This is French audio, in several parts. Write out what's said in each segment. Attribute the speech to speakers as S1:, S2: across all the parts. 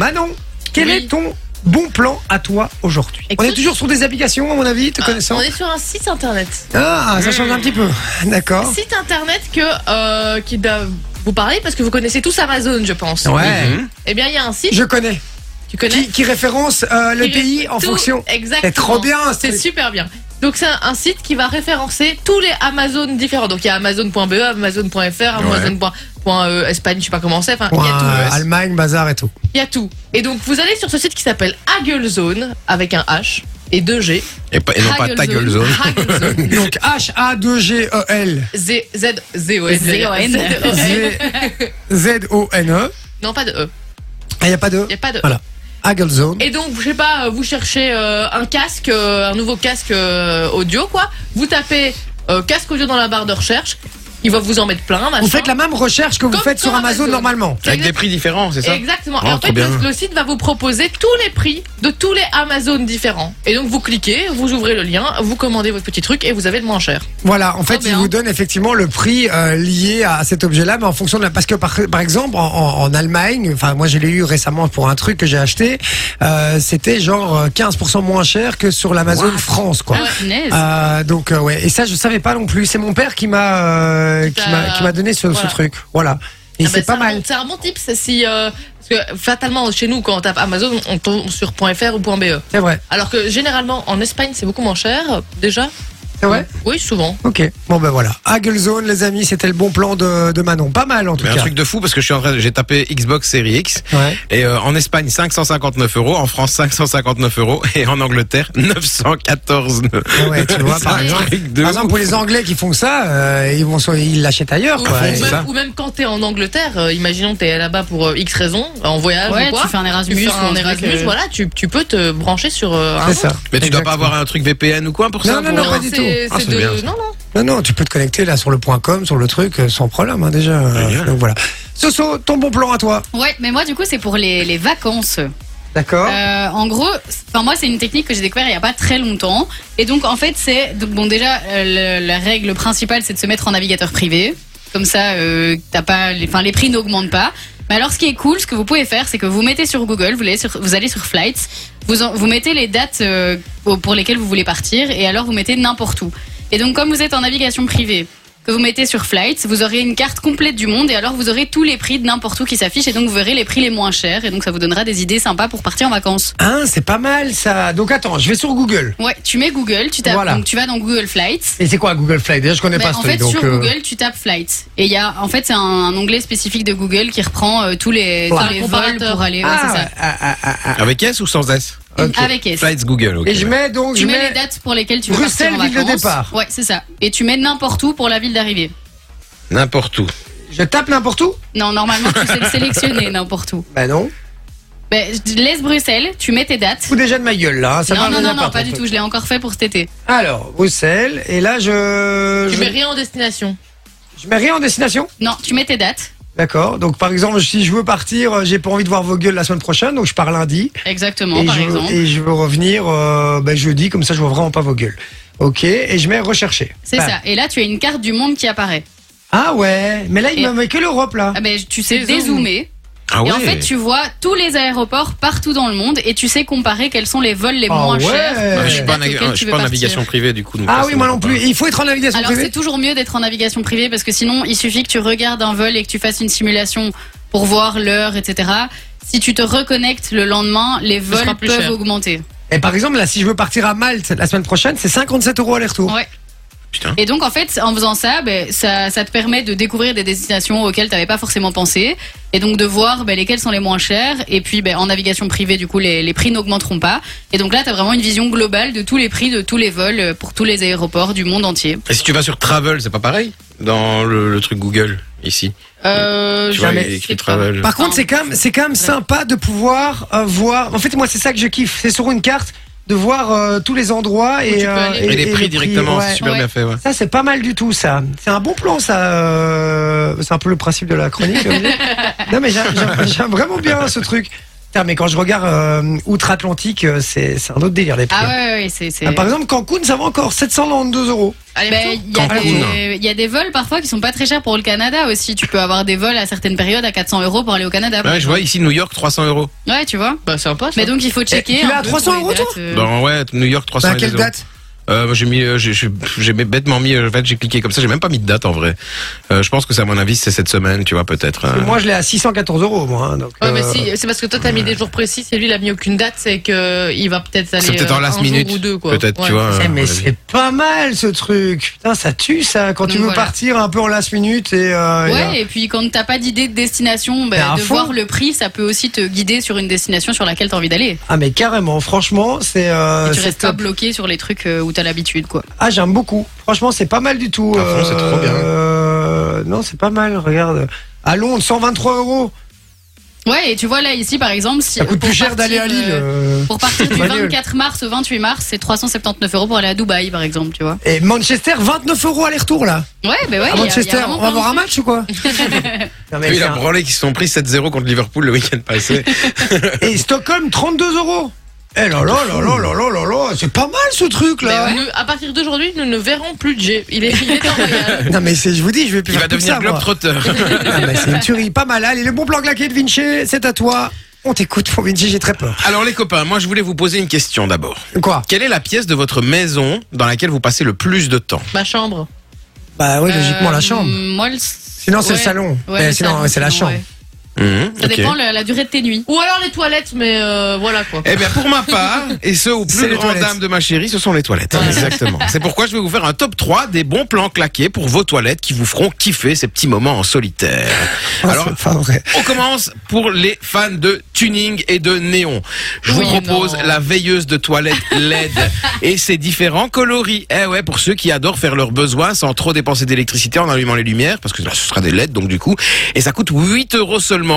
S1: Manon, quel
S2: Oui.
S1: est ton bon plan à toi aujourd'hui On
S2: Écoute- Ah,
S1: est toujours sur des applications, à mon avis, te connaissant.
S2: On est sur un site internet.
S1: Ah, ça
S2: Hmm.
S1: change un petit peu. D'accord.
S2: Site internet que, euh, qui doit vous parler parce que vous connaissez tous Amazon, je pense.
S1: Ouais.
S2: Eh bien, il y a un site,
S1: Je connais.
S2: tu connais
S1: Qui, qui référence euh, le
S2: Qui
S1: pays en
S2: tout-
S1: fonction.
S2: Exactement.
S1: C'est trop bien. ce
S2: C'est
S1: truc.
S2: super bien. Donc c'est un- un site qui va référencer tous les Amazon différents. Donc il y a Amazon.be, Amazon.fr, Amazon.espagne, je sais pas comment c'est. Enfin, il y a
S1: Ouah,
S2: tout.
S1: Allemagne, bazar et tout.
S2: Il y a tout. Et donc vous allez sur ce site qui s'appelle Hagelzone avec un H et 2 G.
S3: Et, pas- et non pas ta gueule zone.
S2: Hagelzone.
S1: Donc E H-A-2-G-E-L
S2: Z Z Z O N.
S4: Z-O-N.
S1: Z- Z-O-N-E.
S2: Non pas de E.
S1: Ah, Il n'y a pas de.
S2: Il y a pas de. E.
S1: Voilà. Hagelzone.
S2: Et donc je sais pas, euh, vous cherchez euh, un casque, euh, un nouveau casque euh, audio quoi. Vous tapez euh, casque audio dans la barre de recherche. Il va vous en mettre plein. Machin.
S1: Vous faites la même recherche que vous
S2: Comme
S1: faites sur
S2: sur
S1: Amazon,
S2: Amazon.
S1: normalement.
S3: Avec des prix différents, c'est ça
S2: Exactement.
S3: Ouais,
S2: et en fait,
S3: trop bien.
S2: le, le site va vous proposer tous les prix de tous les Amazon différents. Et donc, vous cliquez, vous ouvrez le lien, vous commandez votre petit truc et vous avez le moins cher.
S1: Voilà, en fait,
S2: Trop
S1: il
S2: bien.
S1: vous donne effectivement le prix euh, lié à cet objet-là, mais en fonction de la... Parce que par, par exemple, en, en- en Allemagne, enfin moi je l'ai eu récemment pour un truc que j'ai acheté, euh, c'était genre euh, 15% moins cher que sur l'Amazon France, quoi.
S4: Ah, punaise.
S1: Euh, donc euh, ouais, et ça je savais pas non plus. C'est mon père qui m'a euh, qui
S2: T'as-
S1: m'a qui m'a donné ce, ce
S2: Voilà.
S1: truc. Voilà. Et
S2: Ah bah,
S1: c'est pas
S2: un
S1: mal.
S2: bon- C'est un bon tip, c'est si. euh, parce que fatalement, chez nous, quand on tape Amazon, on tombe sur .fr ou .be.
S1: C'est vrai.
S2: Alors que généralement, en Espagne, c'est beaucoup moins cher, euh, déjà.
S1: C'est
S3: Ah
S1: vrai.
S2: Mm. Oui, souvent.
S1: Ok. Bon ben voilà. Hagelzone les amis, c'était le bon plan de, de Manon. Pas mal en tout
S3: Mais un
S1: cas.
S3: truc de fou parce que je suis en train, j'ai tapé Xbox Series X
S1: Ouais.
S3: et euh, en Espagne 559 euros, en France 559 euros et en Angleterre 914.
S1: Ah ouais, tu vois,
S3: C'est
S1: par
S3: un
S1: exemple.
S3: truc de
S1: Par
S3: ouf.
S1: exemple, pour les Anglais qui font ça, euh, ils vont, sur- ils l'achètent ailleurs.
S2: Ou,
S1: Quoi.
S2: ou
S3: ouais,
S1: Et-
S3: Ah, c'est
S2: même,
S3: ça.
S2: ou même quand t'es en Angleterre, euh, imaginons t'es là-bas pour euh, X raison, en voyage ou
S4: Ouais,
S2: quoi.
S4: tu fais un Erasmus.
S2: tu fais
S4: ou un
S2: un
S4: truc,
S2: Erasmus,
S4: euh,
S2: voilà, tu, tu peux te brancher sur euh, un
S1: C'est
S2: autre.
S1: ça.
S3: Mais tu dois pas
S1: Exactement.
S3: avoir un truc VPN ou quoi pour
S1: Non,
S3: ça
S1: non,
S3: pour-
S1: non, pas du
S2: c'est-
S1: tout.
S2: c'est
S3: Ah, c'est
S2: de-
S3: bien, ça.
S2: Non, non.
S1: Non, non, tu peux te connecter là sur le point .com, sur le truc, euh, sans problème hein, déjà. Euh,
S3: Génial.
S1: Donc voilà. Soso, ton bon plan à toi.
S4: Ouais, mais moi, du coup, c'est pour les, les vacances.
S1: D'accord.
S4: Euh, en gros, c'est- enfin moi c'est une technique que j'ai découvert il y a pas très longtemps. Et donc en fait c'est donc bon déjà euh, le- la règle principale c'est de se mettre en navigateur privé. Comme ça euh, t'as pas, les- enfin les prix n'augmentent pas. Mais alors ce qui est cool, ce que vous pouvez faire, c'est que vous mettez sur Google, vous allez sur, vous allez sur Flights, vous en- vous mettez les dates euh, pour pour lesquelles vous voulez partir et alors vous mettez n'importe où. Et donc comme vous êtes en navigation privée que vous mettez sur Flights, vous aurez une carte complète du monde et alors vous aurez tous les prix de n'importe où qui s'affichent et donc vous verrez les prix les moins chers et donc ça vous donnera des idées sympas pour partir en vacances.
S1: Hein, c'est pas mal ça. Donc attends, je vais sur Google.
S4: Ouais, tu mets Google, tu tapes,
S1: Voilà.
S4: donc tu vas dans Google Flights.
S1: Et c'est quoi Google Flight Déjà, je connais
S4: Ben,
S1: pas ce
S4: en
S1: truc.
S4: fait,
S1: donc,
S4: sur
S1: euh,
S4: Google, tu tapes Flights. Et il y a, en fait, c'est un, un onglet spécifique de Google qui reprend euh, tous les,
S1: Ouais.
S4: tous les vols
S2: Comparateur.
S4: pour aller. ouais,
S1: Ah,
S4: c'est ça.
S1: ouais, ah, ah, ah, ah.
S3: Avec S ou sans S
S1: Ok.
S4: Avec S.
S3: Flights Google. ok.
S1: Et je mets donc,
S4: Tu
S1: je
S4: mets,
S1: mets.
S4: les dates pour lesquelles tu veux
S1: Bruxelles,
S4: partir en
S1: ville de
S4: vacances.
S1: départ.
S4: Ouais, c'est ça. Et tu mets n'importe où pour la ville d'arrivée.
S3: N'importe où.
S1: Je tape n'importe où
S4: Non, normalement, tu sais le sélectionner n'importe où.
S1: Bah non.
S4: Ben, je- laisse Bruxelles, tu mets tes dates.
S1: Fous déjà de ma gueule là. hein, Ça
S4: non,
S1: parle
S4: non,
S1: de
S4: non, non,
S1: n'importe
S4: pas
S1: quoi.
S4: du tout. Je l'ai encore fait pour cet été.
S1: Alors, Bruxelles, et là je.
S2: Tu
S1: je-
S2: mets rien en destination.
S1: je mets rien en destination
S4: Non, tu mets tes dates.
S1: D'accord. Donc par exemple, si je veux partir, euh, j'ai pas envie de voir vos gueules la semaine prochaine, donc je pars lundi
S4: Exactement,
S1: et,
S4: par
S1: je,
S4: exemple.
S1: et je veux revenir euh, ben, jeudi, comme ça je vois vraiment pas vos gueules. Ok. Et je mets rechercher.
S4: C'est
S1: Bam.
S4: ça. Et là, tu as une carte du monde qui apparaît.
S1: Ah ouais. Mais là il
S4: Et-
S1: me met que l'Europe là.
S4: Ah ben, tu sais
S2: Dézoom.
S4: dézoomer.
S3: Ah
S4: Et en fait, tu vois tous les aéroports partout dans le monde et tu sais comparer quels sont les vols les
S1: Ah
S4: moins
S1: ouais.
S4: chers.
S3: Ah, mais je suis
S4: les
S3: pas en,
S4: dates auxquelles
S3: je
S4: tu
S3: suis
S4: veux
S3: pas en
S4: partir.
S3: navigation privée du coup. donc
S1: Ah
S3: ça,
S1: oui,
S3: ça
S1: moi
S3: me
S1: non
S3: parle
S1: plus.
S3: pas.
S1: Il faut être en navigation
S4: Alors, c'est
S1: privée.
S4: toujours mieux d'être en navigation privée parce que sinon, il suffit que tu regardes un vol et que tu fasses une simulation pour voir l'heure, etc. Si tu te reconnectes le lendemain, les vols
S2: sera plus
S4: peuvent
S2: cher.
S4: augmenter.
S1: Et par exemple là, si je veux partir à Malte la semaine prochaine, c'est 57 euros aller-retour.
S4: Ouais.
S3: Putain.
S4: Et donc, en fait, en faisant ça, ben, ça, ça te permet de découvrir des destinations auxquelles tu n'avais pas forcément pensé. Et donc, de voir ben, lesquelles sont les moins chères. Et puis, ben, en navigation privée, du coup, les, les prix n'augmenteront pas. Et donc là, tu as vraiment une vision globale de tous les prix de tous les vols euh, pour tous les aéroports du monde entier.
S3: Et si tu vas sur Travel, c'est pas pareil dans le, le truc Google ici.
S4: Euh,
S3: Tu vois,
S1: jamais.
S3: il est écrit
S4: C'est pas-
S3: Travel.
S1: Par contre, c'est quand même, c'est quand même sympa de pouvoir euh, voir. En fait, moi, c'est ça que je kiffe. C'est sur une carte de voir euh, tous tous les endroits et,
S2: tu peux
S1: euh,
S2: aller.
S3: Et les prix directement,
S1: ouais.
S3: c'est super
S4: Ouais.
S3: bien fait. Ouais.
S1: Ça, c'est pas mal du tout, ça. C'est un bon plan, ça. euh, C'est un peu le principe de la chronique. vous voyez. non, mais j'aime- j'aime j'aime vraiment bien ce truc. Putain, mais quand je regarde euh, Outre-Atlantique, euh, c'est c'est un autre délire les prix.
S4: Ah ouais, ouais, ouais, c'est. c'est-
S1: Ah, par exemple, Cancun, ça va encore 792 euros.
S2: Allez,
S4: Ben,
S2: tout.
S4: il y a
S3: Cancun,
S4: des-
S3: hein.
S4: il y a des vols parfois qui sont pas très chers pour le Canada aussi. Tu peux avoir des vols à certaines périodes à 400 euros pour aller au
S1: Ah
S4: Canada.
S1: bah,
S3: Ouais, je vois ici New York 300 euros.
S4: Ouais, tu vois.
S2: Bah, sympa. Ça.
S4: Mais donc il faut checker.
S1: tu l'as
S4: un
S1: à
S4: peu
S1: 300
S4: pour les
S1: euros, toi
S4: dates, euh,
S3: Dans ouais, New York 300
S1: Bah, à quelle
S3: euros.
S1: date
S3: Euh, moi, j'ai mis, euh, j'ai- j'ai j'ai bêtement mis. euh, En fait, j'ai cliqué comme ça. J'ai même pas mis de date en vrai. Euh, je pense que c'est à mon avis, c'est cette semaine, tu vois peut-être.
S1: Parce
S3: euh.
S1: que Moi, je l'ai à 614 euros, moi. hein, donc,
S2: Ouais, mais
S1: euh,
S2: si, c'est parce que toi t'as mis des jours précis, c'est lui il a mis aucune date, c'est que il va peut-être aller
S3: C'est peut-être en
S2: euh,
S3: last
S2: un jour
S3: minute,
S2: ou deux quoi.
S3: peut-être,
S2: Ouais.
S3: tu vois. euh,
S1: Eh,
S3: à mon
S1: mais
S3: avis.
S1: c'est pas mal ce truc. Putain, ça tue ça. Quand tu
S4: Donc
S1: veux
S4: voilà.
S1: partir un peu en last minute et. euh, et, euh,
S4: Ouais, et puis quand t'as pas d'idée de destination,
S1: Mais
S4: bah,
S1: à
S4: de
S1: fond.
S4: voir le prix, ça peut aussi te guider sur une destination sur laquelle t'as envie d'aller.
S1: Ah, mais carrément, franchement, c'est. euh,
S4: Et tu
S1: c'est
S4: restes pas
S1: top.
S4: bloqué sur les trucs euh, où t'as l'habitude, quoi.
S1: Ah, j'aime beaucoup. Franchement, c'est pas mal du tout.
S3: À fond, Ah, c'est trop bien.
S1: euh, non, c'est pas mal, regarde. À Londres, 123 euros.
S4: Ouais, et tu vois là ici par exemple, si
S1: Ça coûte
S4: pour
S1: plus cher
S4: partir,
S1: d'aller à Lille.
S4: euh,
S1: euh.
S4: Pour partir du
S1: Manuel.
S4: 24 mars au 28 mars, c'est 379 euros pour aller à Dubaï, par exemple, tu vois.
S1: Et Manchester, 29 euros aller-retour là.
S4: Ouais, bah ouais.
S1: à
S4: y a- y
S1: Manchester,
S4: a vraiment
S1: on va
S4: plein de
S1: voir un match ou quoi Non, mais
S3: Puis
S1: c'est
S3: la
S1: un-
S3: branlée qui se sont pris 7-0 contre Liverpool le week-end passé.
S1: Et Stockholm, 32 euros. Eh là là là là là là là là, c'est pas mal ce truc
S2: Mais
S1: là.
S2: nous- à partir d'aujourd'hui, nous ne verrons plus de Jay. Il est, il est en voyage.
S1: Non mais c'est, je vous dis, je vais plus
S3: Il va
S1: faire plus
S3: devenir
S1: ça, moi.
S3: globe-trotter.
S1: Ah, mais c'est une tuerie, pas mal. Allez, le bon plan claqué de Vinci, c'est à toi. On t'écoute, mon Vinci, j'ai très peur.
S3: Alors les copains, moi je voulais vous poser une question d'abord.
S1: Quoi
S3: Quelle est la pièce de votre maison dans laquelle vous passez le plus de temps
S2: Ma chambre.
S1: Bah oui, logiquement la
S4: Euh,
S1: chambre.
S4: Moi, le...
S1: Sinon c'est le salon.
S4: Ouais,
S1: Mais
S4: le
S1: sinon
S4: salon,
S1: ouais, c'est la
S4: sinon,
S1: chambre.
S4: ouais.
S3: Mhm,
S4: Ça
S3: ok.
S4: dépend le- la durée de tes nuits.
S2: Ou alors les toilettes, mais euh, voilà quoi.
S3: Eh bien, pour ma part, et ce au
S1: C'est
S3: plus
S1: les
S3: grand
S1: toilettes.
S3: dame de ma chérie, ce sont les toilettes.
S2: Voilà.
S3: Exactement. C'est pourquoi je vais vous faire un top 3 des bons plans claqués pour vos toilettes qui vous feront kiffer ces petits moments en solitaire.
S1: Ah,
S3: Alors,
S1: c'est pas vrai.
S3: on commence pour les fans de tuning et de néon. Je vous
S4: Oui,
S3: propose
S4: non.
S3: la veilleuse de toilette LED et ses différents coloris. Eh ouais, pour ceux qui adorent faire leurs besoins sans trop dépenser d'électricité en allumant les lumières, parce que là, ce sera des LED, donc du coup, et ça coûte 8 euros seulement,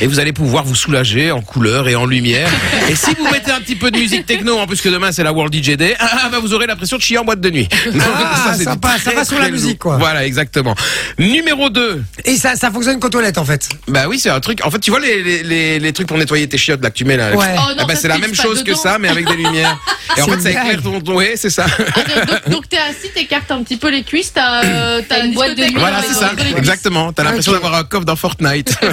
S3: et vous allez pouvoir vous soulager en couleur et en lumière. Et si vous mettez un petit peu de musique techno, en plus que demain c'est la World DJ Day, ah, ah, bah, vous aurez l'impression de chier en boîte de nuit.
S1: Ah,
S3: c'est
S1: sympa,
S3: du
S1: ça
S3: très,
S1: va sur la
S3: très
S1: musique,
S3: lourd.
S1: quoi.
S3: Voilà, exactement. Numéro 2,
S1: Et ça, ça fonctionne qu'aux toilettes en fait.
S3: bah oui, c'est un truc. En fait, tu vois les, les, les, les trucs pour nettoyer tes chiottes là que tu mets là.
S1: Ouais.
S2: Oh
S3: Eh
S2: non, ça
S3: ben, c'est
S2: se
S3: la
S2: glisse
S3: même
S2: pas
S3: chose que
S2: dedans.
S3: ça, mais avec des lumières. Et en
S1: C'est
S3: fait, ça
S1: une
S3: éclaire ton ton. Ouais, c'est ça.
S2: Attends, donc donc t'es assis, t'écartes un petit peu les cuisses, t'as euh, t'as
S4: T'as
S2: une
S4: une
S2: boîte de
S4: discothèque
S2: nuit.
S3: Voilà,
S2: dans
S3: c'est
S2: les-
S3: ça.
S2: dans les cuisses.
S3: Exactement. T'as l'impression
S1: Ok.
S3: d'avoir un coffre dans Fortnite.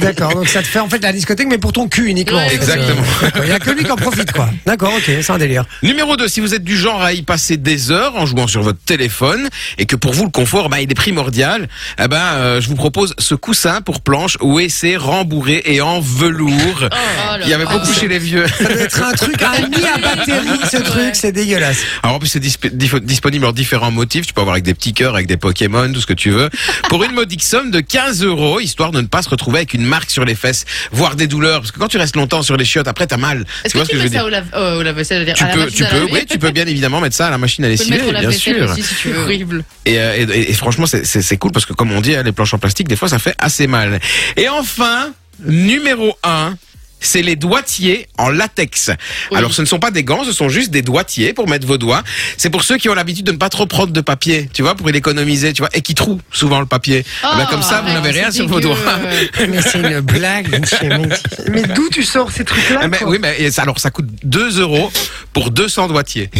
S1: D'accord, donc ça te fait en fait la discothèque, mais pour ton cul uniquement.
S2: Ouais,
S1: en fait. Euh,
S3: exactement.
S1: D'accord, Il y a que lui qui en profite quoi. D'accord, ok, c'est un délire.
S3: Numéro 2, si vous êtes du genre à y passer des heures en jouant sur votre téléphone et que pour vous le confort bah, il est primordial, eh ben euh, je vous propose ce coussin pour planche WC rembourré et en velours.
S2: Oh, oh là
S3: Il y avait
S2: là.
S3: beaucoup chez les vieux.
S1: Ça doit être un truc, un nid à batterie, ce truc, c'est dégueulasse.
S3: Alors Ah, en plus c'est disp- dif- disponible en différents motifs. Tu peux avoir avec des petits cœurs, avec des Pokémon, tout ce que tu veux. Pour une modique somme de 15 euros, histoire de ne pas se retrouver avec une marque sur les fesses, voire des douleurs. Parce que quand tu restes longtemps sur les chiottes, après t'as mal.
S2: Est-ce que tu mets ça au lave- euh, au lave-vaisselle
S3: Tu
S2: à la
S3: peux,
S2: machine
S3: tu
S2: à
S3: peux,
S2: laver
S3: oui, tu peux bien évidemment mettre ça à la machine à
S4: Tu peux le
S3: lessiver,
S4: mettre au
S3: bien
S4: lave-vaisselle
S3: sûr.
S4: aussi si tu
S2: C'est
S4: veux.
S2: horrible.
S3: Et, euh, et, et- et franchement, c'est- c'est c'est cool parce que comme on dit, hein, les planches en plastique, des fois, ça fait assez mal. Et enfin, numéro un. C'est les doigtiers en latex.
S2: Oui.
S3: Alors ce ne sont pas des gants, ce sont juste des doigtiers pour mettre vos doigts. C'est pour ceux qui ont l'habitude de ne pas trop prendre de papier, tu vois, pour l'économiser, tu vois, et qui trouent souvent le papier. Eh ben, comme ça, vous
S2: arrête,
S3: n'avez
S2: Ah, bah, c'est
S3: rien sur vos
S2: dégueu.
S3: doigts.
S1: Mais c'est une blague, Vinci, mais- Mais d'où tu sors ces trucs-là
S3: Eh ben,
S1: quoi
S3: oui, mais et ça- alors ça coûte 2 euros pour 200 doigtiers.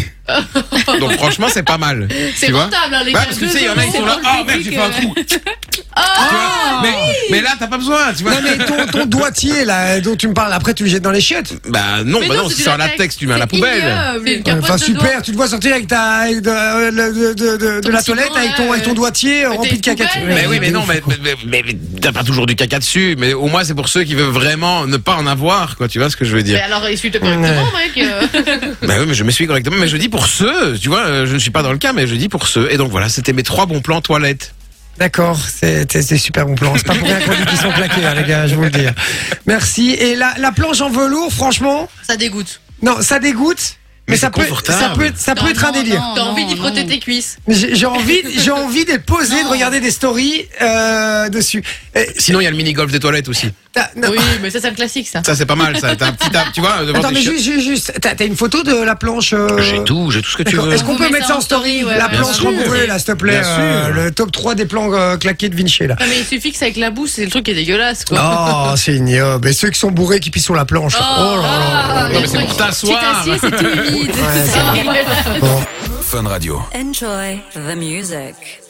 S3: Donc franchement, c'est pas mal.
S2: C'est
S3: tu vois
S2: rentable, hein, les
S3: Ouais,
S2: gars.
S3: parce que tu sais, il y en a, ils sont là. Oh merde, j'ai fait un trou. Tu
S2: euh, Ah,
S3: vois mais, mais là, t'as pas besoin, tu vois.
S1: Non mais ton, ton doigtier là dont tu me parles après tu le jettes dans les chiottes.
S3: Bah non,
S2: Mais
S3: bah
S2: non,
S3: non,
S2: c'est
S3: si
S2: du
S3: c'est en
S2: latex,
S3: latex, tu mets à la
S4: c'est
S3: poubelle.
S4: ignoble.
S2: C'est une
S1: Ouais,
S2: capote
S1: Enfin
S2: de
S1: super,
S2: doigts.
S1: tu te vois sortir avec ta avec de, euh, le- de, de- de- de
S2: Ton
S1: la
S2: petit
S1: toilette
S2: doigt,
S1: avec ton, avec ton
S2: euh,
S1: doigtier
S2: t'es
S1: rempli de caca.
S2: poubelle.
S1: dessus.
S3: Mais oui, mais
S1: de
S3: non,
S1: ouf,
S3: mais,
S1: quoi.
S3: mais, mais- mais t'as pas toujours du caca dessus. Mais au moins, c'est pour ceux qui veulent vraiment ne pas en avoir, quoi. Tu vois ce que je veux
S2: Mais
S3: dire
S2: alors, essuie-toi correctement, mec. euh.
S3: Bah oui, mais je me suis correctement. Mais je dis pour ceux, tu vois, euh, je ne suis pas dans le cas, mais je dis pour ceux. Et donc voilà, c'était mes trois bons plans toilettes.
S1: D'accord, c'est c'est- c'est super bon plan. C'est pas pour rien qu'on dit qu'ils sont claqués hein, les gars, je vous le dis. Merci. Et la, la planche en velours, franchement,
S2: Ça dégoûte.
S1: non, ça dégoûte. Mais,
S3: Mais
S1: ça
S3: c'est
S1: peut,
S3: confortable.
S1: ça peut, ça peut être un
S4: Non, non,
S1: délire.
S4: non,
S2: T'as envie
S4: non,
S2: d'y frotter
S4: non.
S2: tes cuisses.
S1: Mais J'ai j'ai envie, j'ai envie d'être posé, de
S4: Non.
S1: regarder des stories euh, dessus. Et,
S3: Sinon, il y a le mini-golf des toilettes aussi.
S1: t'as- non.
S2: Oui, mais ça, c'est un classique, ça.
S3: Ça, c'est pas mal, ça. T'as un petit table, tu vois, devant
S1: Attends,
S3: tes
S1: mais
S3: chiottes.
S1: juste, juste, juste, t'as t'as une photo de la planche. euh,
S3: J'ai tout, j'ai tout ce que tu
S1: D'accord.
S3: veux.
S1: Est-ce qu'on
S4: Vous
S1: peut
S4: mettez
S1: mettre ça en story
S4: ouais,
S1: La
S4: ouais,
S1: planche
S3: bien sûr.
S1: rembourrée, là, s'il te plaît.
S3: Bien
S1: euh,
S3: sûr.
S1: Le top 3 des plans euh, claqués de Vinci, là.
S2: Non, mais il suffit que ça avec la boue, c'est le truc qui est dégueulasse, quoi.
S1: Oh, c'est ignoble. Et ceux qui sont bourrés qui pissent sur la planche. Oh, là là.
S2: ah,
S3: Non, mais
S2: le
S3: c'est
S2: truc-
S3: pour t'asseoir.
S4: Tu t'assieds, c'est tout humide. Ah,
S1: Ouais, c'est
S4: C'est horrible.
S1: Bon.
S5: Fun Radio.
S6: Enjoy the music.